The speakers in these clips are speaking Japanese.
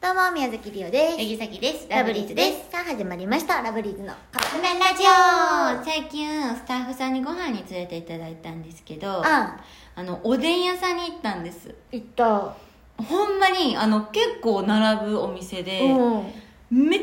どうも宮崎りおですぎさきですラブリーズですさあ始まりましたラブリーズのカップ麺ラジオ最近スタッフさんにご飯に連れていただいたんですけどああのおでん屋さんに行ったんです行ったほんまにあの結構並ぶお店でうんほんめっ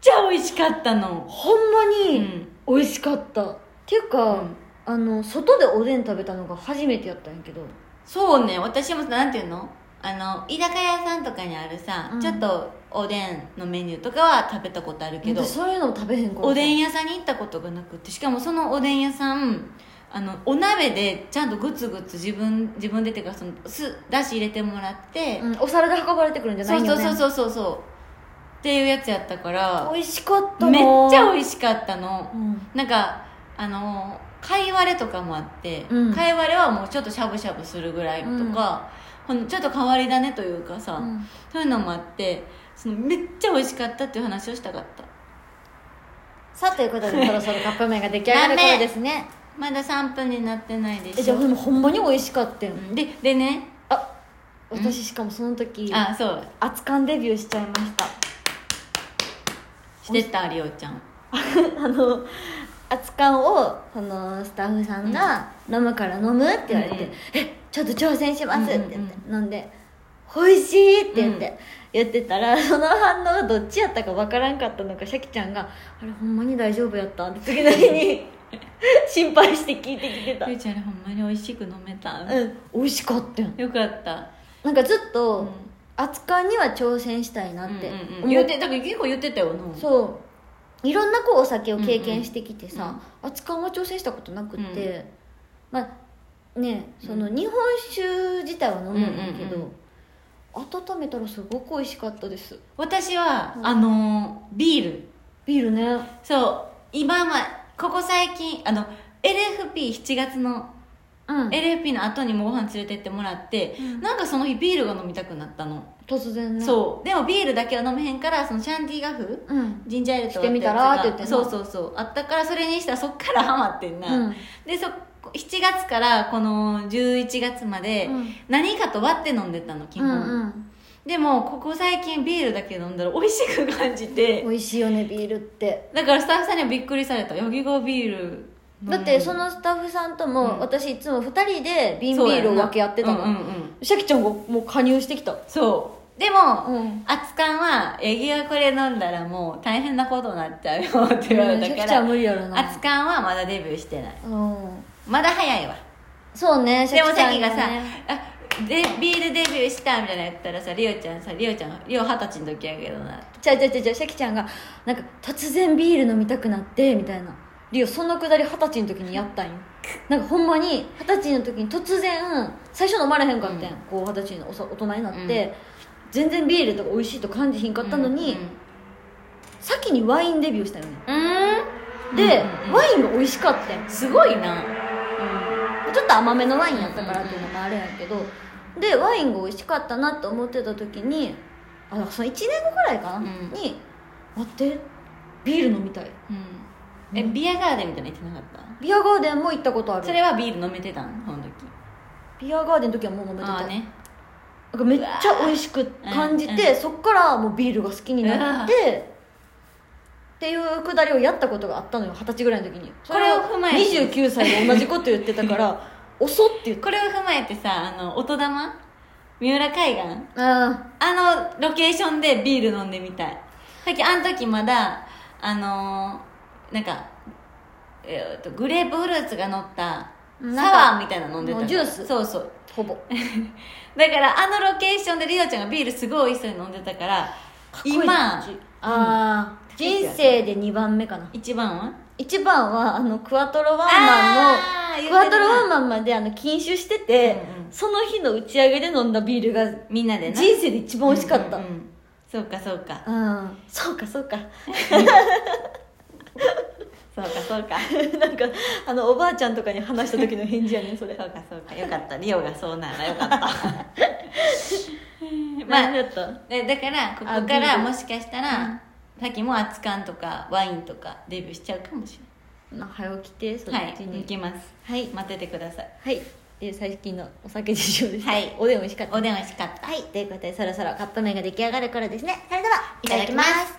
ちゃ美味しかったのまうにん美味しかった、っていうか、うんあの外でおでん食べたのが初めてやったんやけどそうね私もなんていうのあの居酒屋さんとかにあるさ、うんちょっとおでんのメニューとかは食べたことあるけど私そういうのも食べへんからさおでん屋さんに行ったことがなくてしかもそのおでん屋さんあのお鍋でちゃんとグツグツ自分自分でっていうかそのすだし入れてもらって、うん、お皿で運ばれてくるんじゃなそいようねそうそうそうそうそうっていうやつやったから美味しかっためっちゃ味し美味しかったのい、うん、なんかあの貝割れとかもあって、うん貝割れはもうちょっとしゃぶしゃぶするぐらいとか、ほん、ちょっと変わり種というかさ、うんそういうのもあってそのめっちゃ美味しかったっていう話をしたかったさあということ でそろそろカップ麺が出来上がる頃ですねまだ3分になってないでえしじゃょあでもほんまに美味しかったよ、ででねあ私しかもその時あそう熱燗デビューしちゃいました してたりおちゃんあの熱燗をそのスタッフさんが「飲むから飲む?」って言われて「うんえちょっと挑戦します」って言って、うんうん飲んで「美味しい!」って言って、う言ってたら その反応がどっちやったかわからんかったのかシャキちゃんが「あれほんまに大丈夫やった?」って次の日 に心配して聞いてきてたりおちゃんあれほんまに美味しく飲めた、うん美味しかったよよかった、なんかずっうとん熱燗には挑戦したいなってうんうんうん思言っうてだから結構言ってたよなそういろんなこうお酒を経験してきてうんうんさ熱燗、は挑戦したことなくって、うまあねそのう日本酒自体は飲むんだけど、うんうん温めたらすごく美味しかったです私は、うんあのービールビールねそう今まここ最近あの LFP7 月のうん LFP の後にもご飯連れてってもらって、うんなんかその日ビールが飲みたくなったの、突然ねそうでもビールだけは飲めへんからそのシャンティガフうんジンジャーエールとしてみたらって言ってなそうそうそうあったからそれにしたらそっからハマってんな、うんでそ7月からこの11月までうん何かと割って飲んでたの基う本、んうんでもここ最近ビールだけ飲んだら美味しく感じて美味しいよねビールってだからスタッフさんにはびっくりされた「ヨギゴビール飲む」だってそのスタッフさんとも、うん私いつも2人で瓶ビそうーやなルを分け合ってたの、うんうんうんシャキちゃんがもう加入してきたそうでも、うん熱燗は「エギがこれ飲んだらもう大変なことになっちゃうよ」って言われうんシャたキかちゃらん無理やろな熱燗はまだデビューしてないうんまだ早いわそうねでもシャさキきちゃがんさ、ねあでビールデビューしたみたいなやったらさリオちゃんさリオちゃんリオ二十歳の時やけどなちゃうちゃうちゃうちゃうシャキちゃんがなんか突然ビール飲みたくなってみたいなリオそのくだり二十歳の時にやったんよなんかほんまに二十歳の時に突然最初飲まれへんかったん、うんこう二十歳のおさ大人になって、全然ビールとか美味しいと感じひんかったのに、先にワインデビューしたよねうん、うんで、うんうんワインが美味しかったんすごいなちょっと甘めのワインやったからっていうのもあれやけどでワインが美味しかったなと思ってた時にあだからその1年後くらいかな、うんに「待ってビール飲みたいうんえビアガーデンみたいなの行ってなかっ」ビアガーデンも行ったことあたるそれはビール飲めてたんその時ビアガーデンの時はもう飲めてあた、あねなんかめっちゃ美味しく感じうわて、そっからもうビールが好きになってっていうくだりをやったことがあったのよ二十歳ぐらいの時にこれを踏まえて29歳で同じこと言ってたから 「遅っ」って言ってこれを踏まえてさあの音玉三浦海岸ああのロケーションでビール飲んでみたいさっきあの時まだあのーなんか、えーっとグレープフルーツが乗ったうんサワーみたいなの飲んでたもうジュースそうそうほぼだからあのロケーションでリオちゃんがビールすごい美味しそうに飲んでたから今あー人生で2番目かな一番は1番はあのクワトロワンマンのあー言クワってトるロなワンマンまであの禁酒してて、うんうんその日の打ち上げで飲んだビールがみんなでな人生で一番美味しかったううんんうんうんそうかそうかそうかそうか そうかそうかなんかあのおばあちゃんとかに話した時の返事やねんそれそうかそうかよかったリオがそうならよかった ままああだったでだからこあこビかーらルもしかしたらさっきも熱燗とかワインとかデビューしちゃうかもしまあ早起きてそれっないはいち行にきますはい待っててくださいはいっていう最近のお酒事情でした、はいおでん美味しかったおでん美味しかったはいということでそろそろカップ麺が出来上がる頃ですねそれではいただきます